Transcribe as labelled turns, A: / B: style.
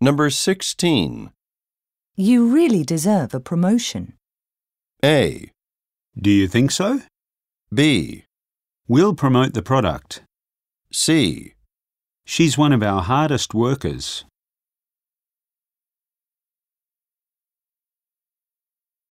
A: Number 16.
B: You really deserve a promotion.
A: A.
C: Do you think so?
A: B.
C: We'll promote the product.
A: C.
C: She's one of our hardest workers.